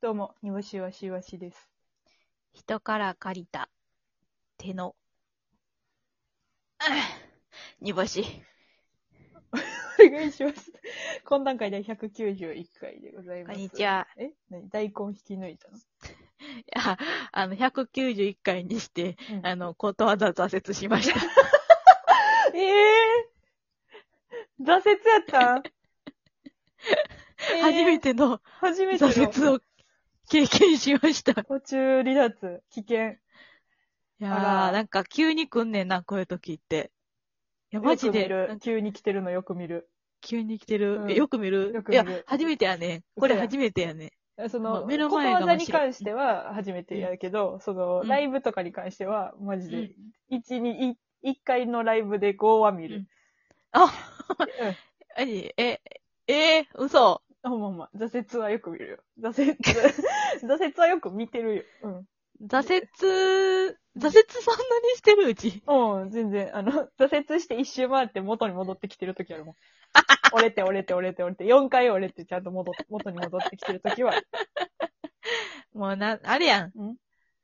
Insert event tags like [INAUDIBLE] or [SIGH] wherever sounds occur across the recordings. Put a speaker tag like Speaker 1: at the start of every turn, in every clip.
Speaker 1: どうも、にわしわしわしです。
Speaker 2: 人から借りた
Speaker 1: [LAUGHS]
Speaker 2: 手の、ああ煮干し。
Speaker 1: [LAUGHS] お願いします。懇談会第191回でござい
Speaker 2: こ
Speaker 1: ます。
Speaker 2: んにち。は。
Speaker 1: え何大根引き抜いたの
Speaker 2: いや、あの、191回にして、
Speaker 1: うん
Speaker 2: あの、ことわざ挫折しました。
Speaker 1: ええー、挫折やったん
Speaker 2: [LAUGHS] 初め
Speaker 1: て、
Speaker 2: ての
Speaker 1: 初めての
Speaker 2: 挫折を経験しました。い
Speaker 1: 途中離脱、危険。
Speaker 2: や
Speaker 1: あら
Speaker 2: ー、なんか急に来んねんな、こういう時って。いや、マジ
Speaker 1: よ
Speaker 2: で、
Speaker 1: く見
Speaker 2: な
Speaker 1: る
Speaker 2: んか
Speaker 1: 急に来てるのよく見る。
Speaker 2: 急に来てる。
Speaker 1: うん
Speaker 2: えよく見る
Speaker 1: よく
Speaker 2: い
Speaker 1: 見る
Speaker 2: や、初めてやね。これ
Speaker 1: 嘘やん
Speaker 2: 初めてやね。
Speaker 1: そ
Speaker 2: ま
Speaker 1: の、
Speaker 2: あ目の
Speaker 1: こと
Speaker 2: 前が
Speaker 1: わざ
Speaker 2: 面
Speaker 1: に
Speaker 2: 白い
Speaker 1: 関しては初めてやけど、その、
Speaker 2: うん
Speaker 1: ライブとかに関しては、マジ
Speaker 2: う
Speaker 1: で、一、二、い一回のライブで5は見る。う
Speaker 2: あ、
Speaker 1: ん
Speaker 2: 何え、えー、嘘。
Speaker 1: ほんまほんま。挫折はよく見るよ。挫折。 [LAUGHS] 挫折はよく見てるよ。
Speaker 2: 挫折、挫折そんなにしてるうち。
Speaker 1: うん。うん、全然。あの、 [LAUGHS] 挫折して一周回って元に戻ってきてる時あるもん。折れて折れて折れて折れて、4回折れてちゃんと戻っ元に戻ってきてる時はある。
Speaker 2: もうな、あれやん。
Speaker 1: ん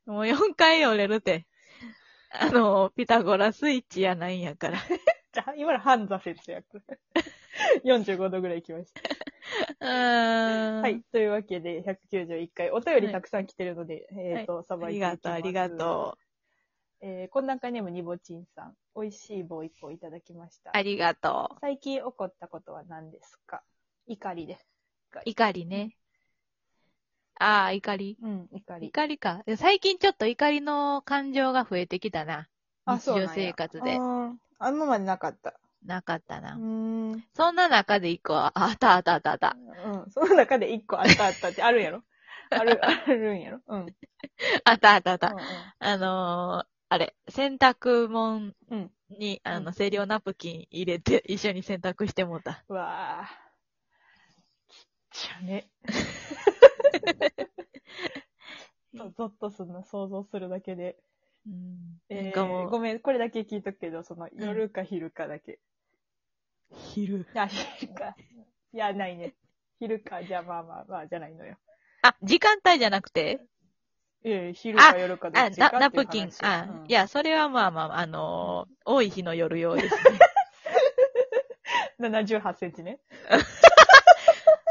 Speaker 2: もう4回折れるて。あの、ピタゴラスイッチやないんやから。
Speaker 1: じゃあ、今の半挫折や [LAUGHS] つ。45度ぐらい行きました。
Speaker 2: うーん。
Speaker 1: はい。。というわけで、191回、お便りたくさん来てるので、えっ、と、さ
Speaker 2: あ
Speaker 1: ばいて
Speaker 2: り
Speaker 1: いきま
Speaker 2: が
Speaker 1: す。
Speaker 2: とう、ありが
Speaker 1: う。
Speaker 2: と
Speaker 1: えー、懇談会ネームにぼちんさん。美味しい棒一本いただきました
Speaker 2: う。。ありがと
Speaker 1: 最近起こったことは何ですか怒りです。
Speaker 2: う。怒りね。ああ、怒り。
Speaker 1: うん、怒り。
Speaker 2: 怒りか。で最近ちょっと怒りの感情が増えてきたな。
Speaker 1: あ
Speaker 2: 日
Speaker 1: そうなん
Speaker 2: 常
Speaker 1: や
Speaker 2: 生活
Speaker 1: あ
Speaker 2: で。
Speaker 1: ーあんままでなかった。
Speaker 2: なかったな。
Speaker 1: ん。うん。
Speaker 2: そんな中で一個は、ああったあったあったあった。
Speaker 1: その中で一個あったあったってあるん
Speaker 2: [LAUGHS]
Speaker 1: やろある、あるんやろうん。
Speaker 2: あったあったあった。
Speaker 1: う
Speaker 2: あのーあれ、洗濯物
Speaker 1: んうん。
Speaker 2: に、あ
Speaker 1: うん
Speaker 2: の、清涼ナプキン入れて、一緒に洗濯してもうた。
Speaker 1: うわぁ。きっちゃ
Speaker 2: [LAUGHS]
Speaker 1: ね。ゾッとすんな、想像するだけで。
Speaker 2: うん。な
Speaker 1: え
Speaker 2: ん
Speaker 1: ー
Speaker 2: かも
Speaker 1: ご
Speaker 2: う、
Speaker 1: めん、これだけ聞いとくけど、その、夜か昼かだけ。
Speaker 2: 昼。
Speaker 1: あ、昼か。いや、ないね。昼か、じゃあまあまあまあ、じゃないのよ。
Speaker 2: あ、時間帯じゃなくて
Speaker 1: ええ、昼か夜かどっ
Speaker 2: あ、
Speaker 1: ちか
Speaker 2: な
Speaker 1: っていう話。
Speaker 2: ナプキン。あ、
Speaker 1: うん
Speaker 2: いや、それはまあまあ、あのー多い日の夜用です。 [LAUGHS]
Speaker 1: 78センチね。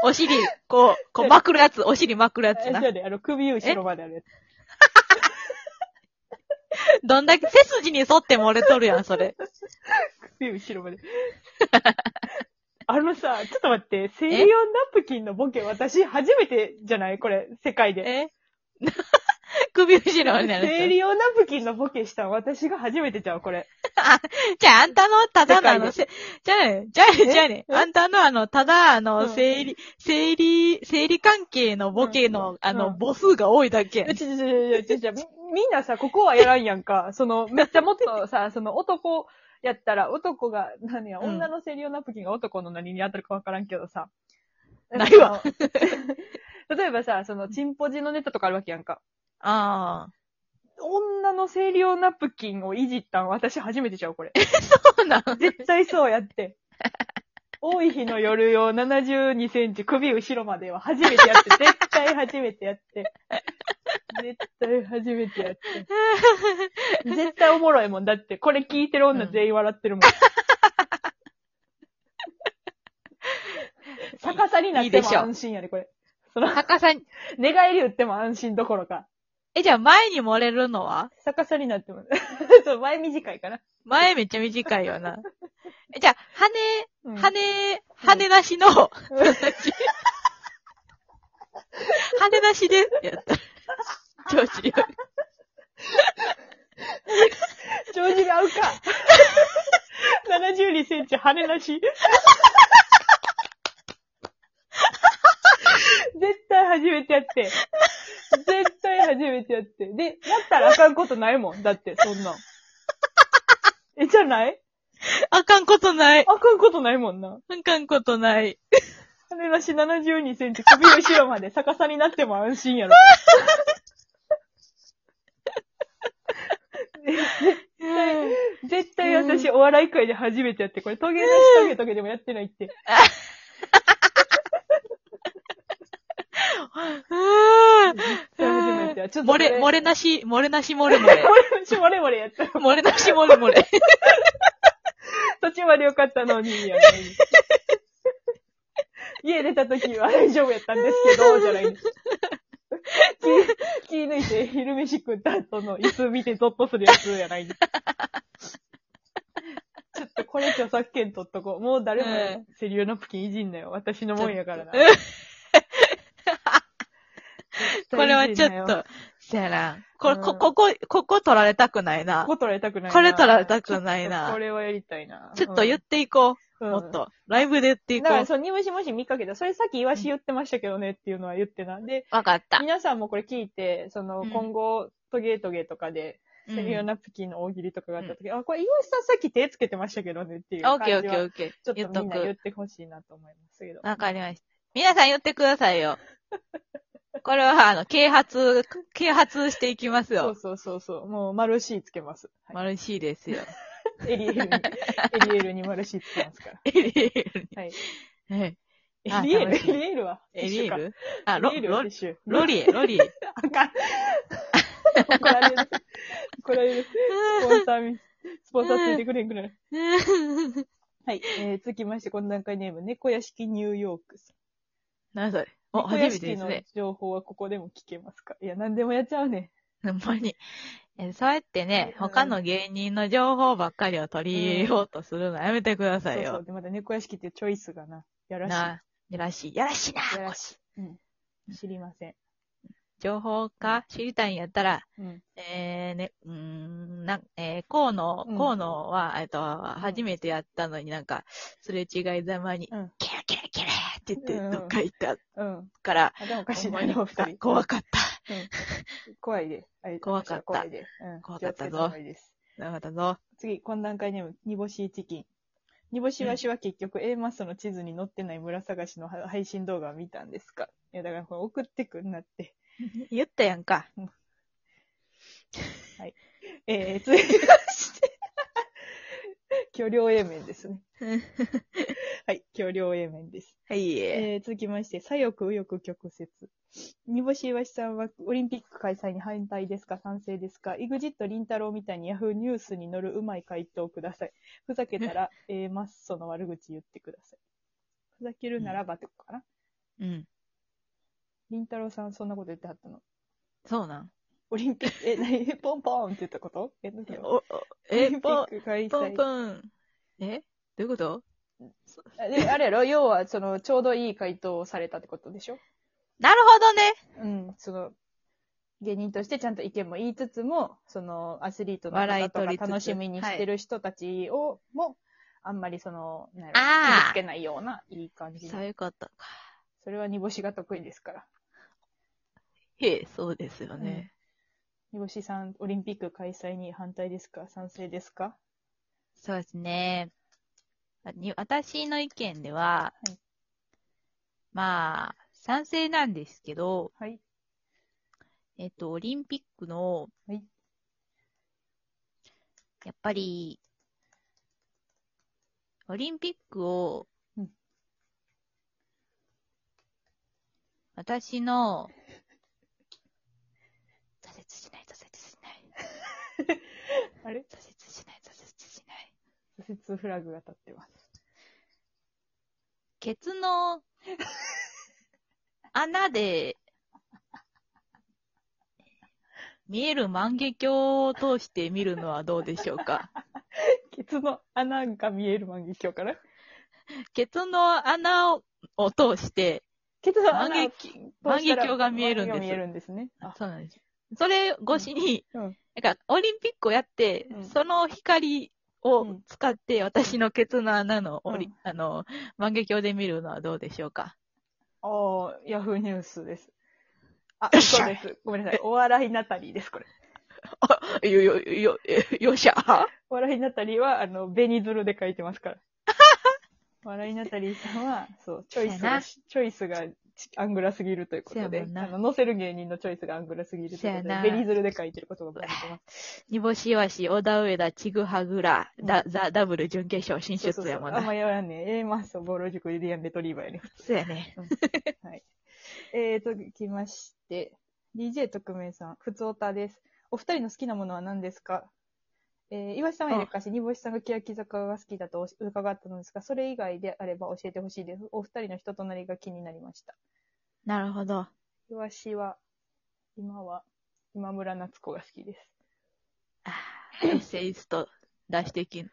Speaker 2: お尻、こう、こう、まくるやつ、お尻まくるやつ
Speaker 1: えじ
Speaker 2: な
Speaker 1: ゃ。あね、あの、首後ろまであるやつ。
Speaker 2: どんだけ、背筋に沿って漏れとるやん、それ。
Speaker 1: 首後ろまで。 [LAUGHS] あのさ、ちょっと待って、西洋ナプキンのボケ、私初めてじゃないこれ、世界で。
Speaker 2: え [LAUGHS] 首後ろにな
Speaker 1: 西
Speaker 2: る。
Speaker 1: 洋ナプキンのボケしたの私が初めてじゃん、これ。
Speaker 2: じゃあ、あんたの、ただのあの、
Speaker 1: 世
Speaker 2: せじゃあね、じゃあね、じゃあね、
Speaker 1: え
Speaker 2: あんたのあの、ただ、あ
Speaker 1: うん
Speaker 2: の、生理、生理、生理関係のボケ
Speaker 1: うん
Speaker 2: の、あ
Speaker 1: う
Speaker 2: の、
Speaker 1: ん
Speaker 2: 母数が多いだけやね。
Speaker 1: ちょちょちょちょちょみ [LAUGHS] みんなさ、ここはやらんやんか。その、めっちゃもっとさ、その男やったら、男が、何や、
Speaker 2: うん
Speaker 1: 女のセリオナプキンが男の何に当たるかわからんけどさ。
Speaker 2: ないわ
Speaker 1: その。 [LAUGHS] 例えばさ、その、チンポジのネタとかあるわけやんか。
Speaker 2: ああ。
Speaker 1: 女の生理用ナプキンをいじったん私初めてちゃう、これ。 [LAUGHS]
Speaker 2: そうなん
Speaker 1: 絶対そうやって。多い日の夜用72センチ首後ろまでは初めてやって、絶対初めてやって。絶対初めてやって。絶対おもろいもん。だって、これ聞いてる女全員笑ってるもん。逆さになっても安心やで、これ。その、
Speaker 2: 高さに、
Speaker 1: 寝返り打っても安心どころか。
Speaker 2: え、じゃあ前に漏れるのは
Speaker 1: 逆さになっても、 [LAUGHS] そう、前短いかな。
Speaker 2: 前めっちゃ短いよな。え、じゃあ、
Speaker 1: うん
Speaker 2: 羽、羽、羽な
Speaker 1: [LAUGHS]
Speaker 2: しの、羽なしで、やったら。調子よく
Speaker 1: 長寿が合うか。72センチ、羽なし。絶対初めてやって。絶対初めてやって。で、やったらあかんことないもん。だって、そんなん。え、じゃない
Speaker 2: あかんことない。
Speaker 1: あかんことないもんな。
Speaker 2: あかんことない。
Speaker 1: 羽なし72センチ、首後ろまで逆さになっても安心やろ。絶対私、お笑い界で初めてやって、これ、トゲなしトゲトゲでもやってないって。
Speaker 2: うー
Speaker 1: じゃあ、ちょっと
Speaker 2: 漏
Speaker 1: こ。
Speaker 2: れ、漏れなし、漏れなし漏れ漏れ。
Speaker 1: [LAUGHS] し。漏れ漏れやった。
Speaker 2: 漏れなし漏れ漏れ。
Speaker 1: 途中まで良かったのに、やね家出た時は大丈夫やったんですけど、じゃないんです。気気抜いて昼飯食った後の椅子見てゾッとするやつやないんです。ちょっとこれ著作権取っとこう。もう誰も
Speaker 2: うん
Speaker 1: セリオナプキンいじんなよ。私のもんやからな。
Speaker 2: これはちょ
Speaker 1: 絶対いじん
Speaker 2: っ
Speaker 1: なよ。
Speaker 2: と、せやな。これ、
Speaker 1: う
Speaker 2: こ、
Speaker 1: ん
Speaker 2: ここ、ここ取られたくないな
Speaker 1: こ。こ取られたくないな。
Speaker 2: これ取られたくないな
Speaker 1: ちょっとこれはやりたいな。
Speaker 2: ちょっと言っていこう。もっ
Speaker 1: と
Speaker 2: と。ライブで言っていこ
Speaker 1: だから、
Speaker 2: う。
Speaker 1: そう、にむしもし見かけた。それさっきイワシ言ってましたけどねっていうのは言ってな。で、
Speaker 2: わかった。
Speaker 1: 皆さんもこれ聞いて、その、
Speaker 2: うん
Speaker 1: 今後、トゲトゲとかで、
Speaker 2: うん
Speaker 1: セミオナプキンの大喜利とかがあった時、あ、これイワシさんさっき手つけてましたけどねっていう
Speaker 2: あオ
Speaker 1: 感
Speaker 2: ッ
Speaker 1: じ
Speaker 2: ケー
Speaker 1: は。
Speaker 2: オッケーオッケ
Speaker 1: ちょ
Speaker 2: ー。
Speaker 1: っ
Speaker 2: 言っ
Speaker 1: と
Speaker 2: と
Speaker 1: みんな言っ
Speaker 2: く。
Speaker 1: てほしいなと思いますけど。
Speaker 2: わかりました。皆さん言ってくだ
Speaker 1: [LAUGHS]
Speaker 2: さいよ。これは、あの、啓発、啓発していきます
Speaker 1: そう
Speaker 2: よ。
Speaker 1: そうそうそう。もう、丸 C つけます。は
Speaker 2: マルシーですよ。
Speaker 1: い、エリエ
Speaker 2: [LAUGHS]
Speaker 1: ルに、エリエルに丸 C つけますから。
Speaker 2: エリエル
Speaker 1: はい。
Speaker 2: に。はいあ
Speaker 1: エリエル、
Speaker 2: 楽しい
Speaker 1: エリエルは。
Speaker 2: エリエ
Speaker 1: ティッシュか
Speaker 2: ルあ、ロ、
Speaker 1: エリエルは
Speaker 2: ロ
Speaker 1: ティッ、シュ。
Speaker 2: ロリエ、ロリエ。
Speaker 1: [LAUGHS] あ
Speaker 2: [LAUGHS]
Speaker 1: かん。怒られる。怒られ
Speaker 2: [LAUGHS]
Speaker 1: る。スポンサーみ、スポンサーついてくれんくなる。はい。えー、続きまして、この段階ネーム、猫屋敷ニューヨークさん。
Speaker 2: 何それお、
Speaker 1: 猫
Speaker 2: 初
Speaker 1: 屋
Speaker 2: めて
Speaker 1: 敷
Speaker 2: です
Speaker 1: の
Speaker 2: ね。
Speaker 1: 情報はここでも聞けますかいや、何でもやっちゃうね。
Speaker 2: ほんまに。えそうやってね、
Speaker 1: うん
Speaker 2: 他の芸人の情報ばっかりを取り入れようとするのやめてくだ
Speaker 1: そ
Speaker 2: さいう
Speaker 1: そう。
Speaker 2: よ。
Speaker 1: で、まだ猫屋敷っていうチョイスがな、やらしい。
Speaker 2: な、やらしい。やらしいな
Speaker 1: やらしい。うん。知りません。
Speaker 2: 情報か知りたいんやったら、
Speaker 1: うん。
Speaker 2: えー、ね、うーん、なん、えー、河野
Speaker 1: うん、
Speaker 2: 河野は、えっと、初めてやったのになんか、すれ違いざまに、
Speaker 1: うん
Speaker 2: キラキラキラって言って
Speaker 1: うん、
Speaker 2: どっか行った
Speaker 1: うん。
Speaker 2: から、
Speaker 1: あ、でもおかしいな、
Speaker 2: ほんまに
Speaker 1: お二人。
Speaker 2: 怖
Speaker 1: っ。
Speaker 2: かった
Speaker 1: 怖いで。あれ
Speaker 2: 怖かった
Speaker 1: 怖いで。うん。
Speaker 2: 怖かっ
Speaker 1: 気を
Speaker 2: たぞ
Speaker 1: つけ方がいいです。
Speaker 2: た。なかったぞ。
Speaker 1: 次、この段階ネーム、煮干しチキン。煮干しわしは結局 A マスの地図に載ってない村探しの配信動画を見たんですかいや、だからこれ送ってくんなって。
Speaker 2: 言ったやんか。
Speaker 1: えー、続きまして。 [LAUGHS] 巨量 A 面ですね。 [LAUGHS] はい、巨量 A 面です。
Speaker 2: はい。
Speaker 1: えー、続きまして、左翼右翼曲折。煮干しいわしさんはオリンピック開催に反対ですか賛成ですか ?EXIT りんたろうみたいにヤフーニュースに載るうまい回答をください。ふざけた [LAUGHS] ら、えー、マッソの悪口言ってください。ふざけるならばってことかな。
Speaker 2: うん。
Speaker 1: りんたろうさんそんなこと言ってはったの。
Speaker 2: そうなん。
Speaker 1: オリンピック、え、何ポンポンって言ったことえ、なんだろう
Speaker 2: お、お
Speaker 1: オリ [LAUGHS]
Speaker 2: え、
Speaker 1: ンピ
Speaker 2: ぽ
Speaker 1: ッ、ク開催。
Speaker 2: ぽんぽん。えどういうこと
Speaker 1: で、あれやろ要は、その、ちょうどいい回答をされたってことでしょ
Speaker 2: なるほどね。
Speaker 1: うん。その、芸人としてちゃんと意見も言いつつも、その、アスリートの
Speaker 2: 笑
Speaker 1: 方
Speaker 2: い
Speaker 1: と
Speaker 2: 取
Speaker 1: か
Speaker 2: りつつ
Speaker 1: 楽しみにしてる人たちを、も、あんまりその、なんやろ
Speaker 2: あー
Speaker 1: 傷つけないような、いい感じに
Speaker 2: そういうことか。
Speaker 1: それは煮干しが得意ですから。
Speaker 2: へえ、そうですよね。
Speaker 1: 煮干しさん、オリンピック開催に反対ですか賛成ですか
Speaker 2: そうですね。あに私の意見では、
Speaker 1: はい
Speaker 2: まあ、賛成なんですけど、
Speaker 1: はい。
Speaker 2: えっと、オリンピックの、
Speaker 1: はい
Speaker 2: やっぱり、オリンピックを、
Speaker 1: うん
Speaker 2: 私の、挫折しない、挫折しない、
Speaker 1: あれ
Speaker 2: 挫折しない、挫折しない。
Speaker 1: 左折フラグが立ってます。
Speaker 2: ケツの穴で見える万華鏡を通して見るのはどうでしょうか。
Speaker 1: ケツの穴が見える万華鏡から
Speaker 2: ケツの穴をを通して
Speaker 1: ケツの
Speaker 2: 万
Speaker 1: 穴
Speaker 2: 華
Speaker 1: を
Speaker 2: 万華鏡が見えるん
Speaker 1: 万華鏡が
Speaker 2: で
Speaker 1: 見
Speaker 2: す
Speaker 1: え。るんですね。あ、
Speaker 2: そうなんです。それ越しに、
Speaker 1: うん。
Speaker 2: なんかオリンピックをやって、
Speaker 1: うん
Speaker 2: その光
Speaker 1: う
Speaker 2: を
Speaker 1: ん
Speaker 2: 使って私のケツの穴のオリ、
Speaker 1: うん
Speaker 2: あの、万華鏡で見るのはどうでしょうか。
Speaker 1: ああ、ヤフーニュースです。あ、
Speaker 2: よっし
Speaker 1: 嘘
Speaker 2: ゃ
Speaker 1: です。ごめんなさい。お笑いナタリーです、これ。
Speaker 2: あよ、よ、よ、よっしゃ。
Speaker 1: お笑いナタリーは、あの、紅鶴で書いてます
Speaker 2: [LAUGHS]
Speaker 1: から。お笑いナタリーさんは、そう、チョイス
Speaker 2: そうや
Speaker 1: が、
Speaker 2: な
Speaker 1: チョイスがアングラすぎるということ
Speaker 2: そうや
Speaker 1: で
Speaker 2: もん、な
Speaker 1: あの、載せる芸人のチョイスがアングラすぎるということ
Speaker 2: そうや
Speaker 1: で、
Speaker 2: な
Speaker 1: 紅鶴で書いてることがバレて
Speaker 2: [LAUGHS]
Speaker 1: ます。
Speaker 2: 煮干しわし、小田上田、ちぐはぐら、だ、ザ、ダブル準決勝進
Speaker 1: そうそう
Speaker 2: 出
Speaker 1: そう
Speaker 2: やもん
Speaker 1: あんま
Speaker 2: な。
Speaker 1: やらんねえ。A マッソ、ボロ塾、リアン・レトリーバーやね。
Speaker 2: そうやね。
Speaker 1: えー、続きまして、 DJ 特命さん、ふつおたです。お二人の好きなものは何ですかえー、岩下さんはやらかし、煮干しさんが欅坂が好きだとおし伺ったのですが、それ以外であれば教えてほしいです。お二人の人となりが気になりました。
Speaker 2: なるほど。
Speaker 1: 岩しは、今は、今村夏子が好きです。
Speaker 2: あーエッセイスト出してき、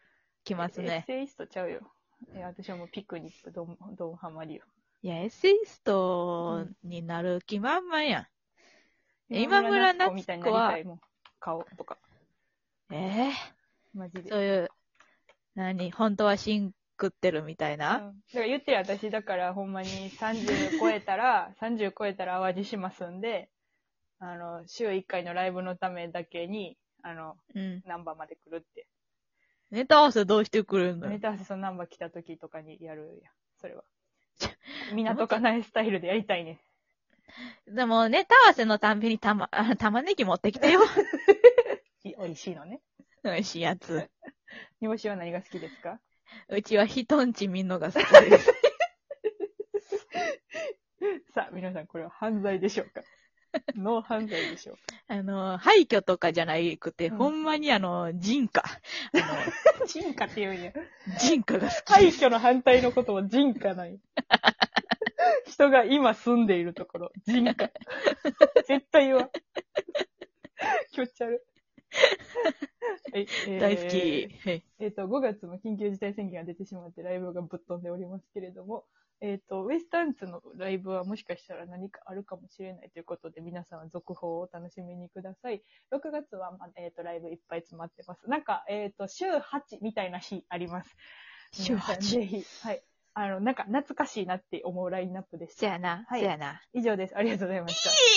Speaker 2: きます
Speaker 1: エッ
Speaker 2: ね。
Speaker 1: セイストちゃうよ。えー私はもうピクニックどん、どんはまりよ。
Speaker 2: いや、エッセイストになる気満々やん。え今村夏子は
Speaker 1: みたいになりたいもん。顔とか。
Speaker 2: え
Speaker 1: マジ
Speaker 2: え
Speaker 1: で。
Speaker 2: そういう、何本当は芯食ってるみたい
Speaker 1: うん
Speaker 2: な、
Speaker 1: だから言ってる私、だからほんまに30超えた [LAUGHS] ら、30超えたら淡路しますんで、あの、週1回のライブのためだけに、あの、
Speaker 2: うん、
Speaker 1: ナンバーまで来るって。
Speaker 2: ネタ合わせどうしてくれんの
Speaker 1: ネ
Speaker 2: よ。
Speaker 1: タ合わせそのナンバー来た時とかにやるやん。それは。港かないスタイルでやりたいね。
Speaker 2: でも、ネタ合わせのたんびにたま、 [LAUGHS] あ玉ねぎ持ってきてよ。 [LAUGHS]
Speaker 1: [LAUGHS] い美味しいのね。
Speaker 2: 美味しいやつ。
Speaker 1: 煮干しは何が好きですか [LAUGHS]
Speaker 2: うちは人んち見んのが好きです。
Speaker 1: さあ、皆さんこれは犯罪でしょ [LAUGHS] うかノー犯罪でしょうか
Speaker 2: あの、廃墟とかじゃないくて、
Speaker 1: うん
Speaker 2: ほんまにあの、人 [LAUGHS] 家。
Speaker 1: [LAUGHS] 人家って言うんや。
Speaker 2: 人家が好き。
Speaker 1: 廃墟の反対のことを人家なんよ人が今住んでいるところ、人家。絶対言わ
Speaker 2: [LAUGHS]
Speaker 1: ん。気持ち悪い。はいえー
Speaker 2: 大好き。はい
Speaker 1: えっ、と、5月も緊急事態宣言が出てしまってライブがぶっ飛んでおりますけれども、えっ、と、ウエスタンツのライブはもしかしたら何かあるかもしれないということで、皆さんは続報をお楽しみにください。6月は、まあえっ、と、ライブいっぱい詰まってます。なんか、えっ、と、週8みたいな日あります。
Speaker 2: 週8。
Speaker 1: ぜひ。はい。あの、なんか懐かしいなって思うラインナップでし
Speaker 2: そ
Speaker 1: た。
Speaker 2: やな、
Speaker 1: はい
Speaker 2: そやな。
Speaker 1: 以上です。ありがとうございました。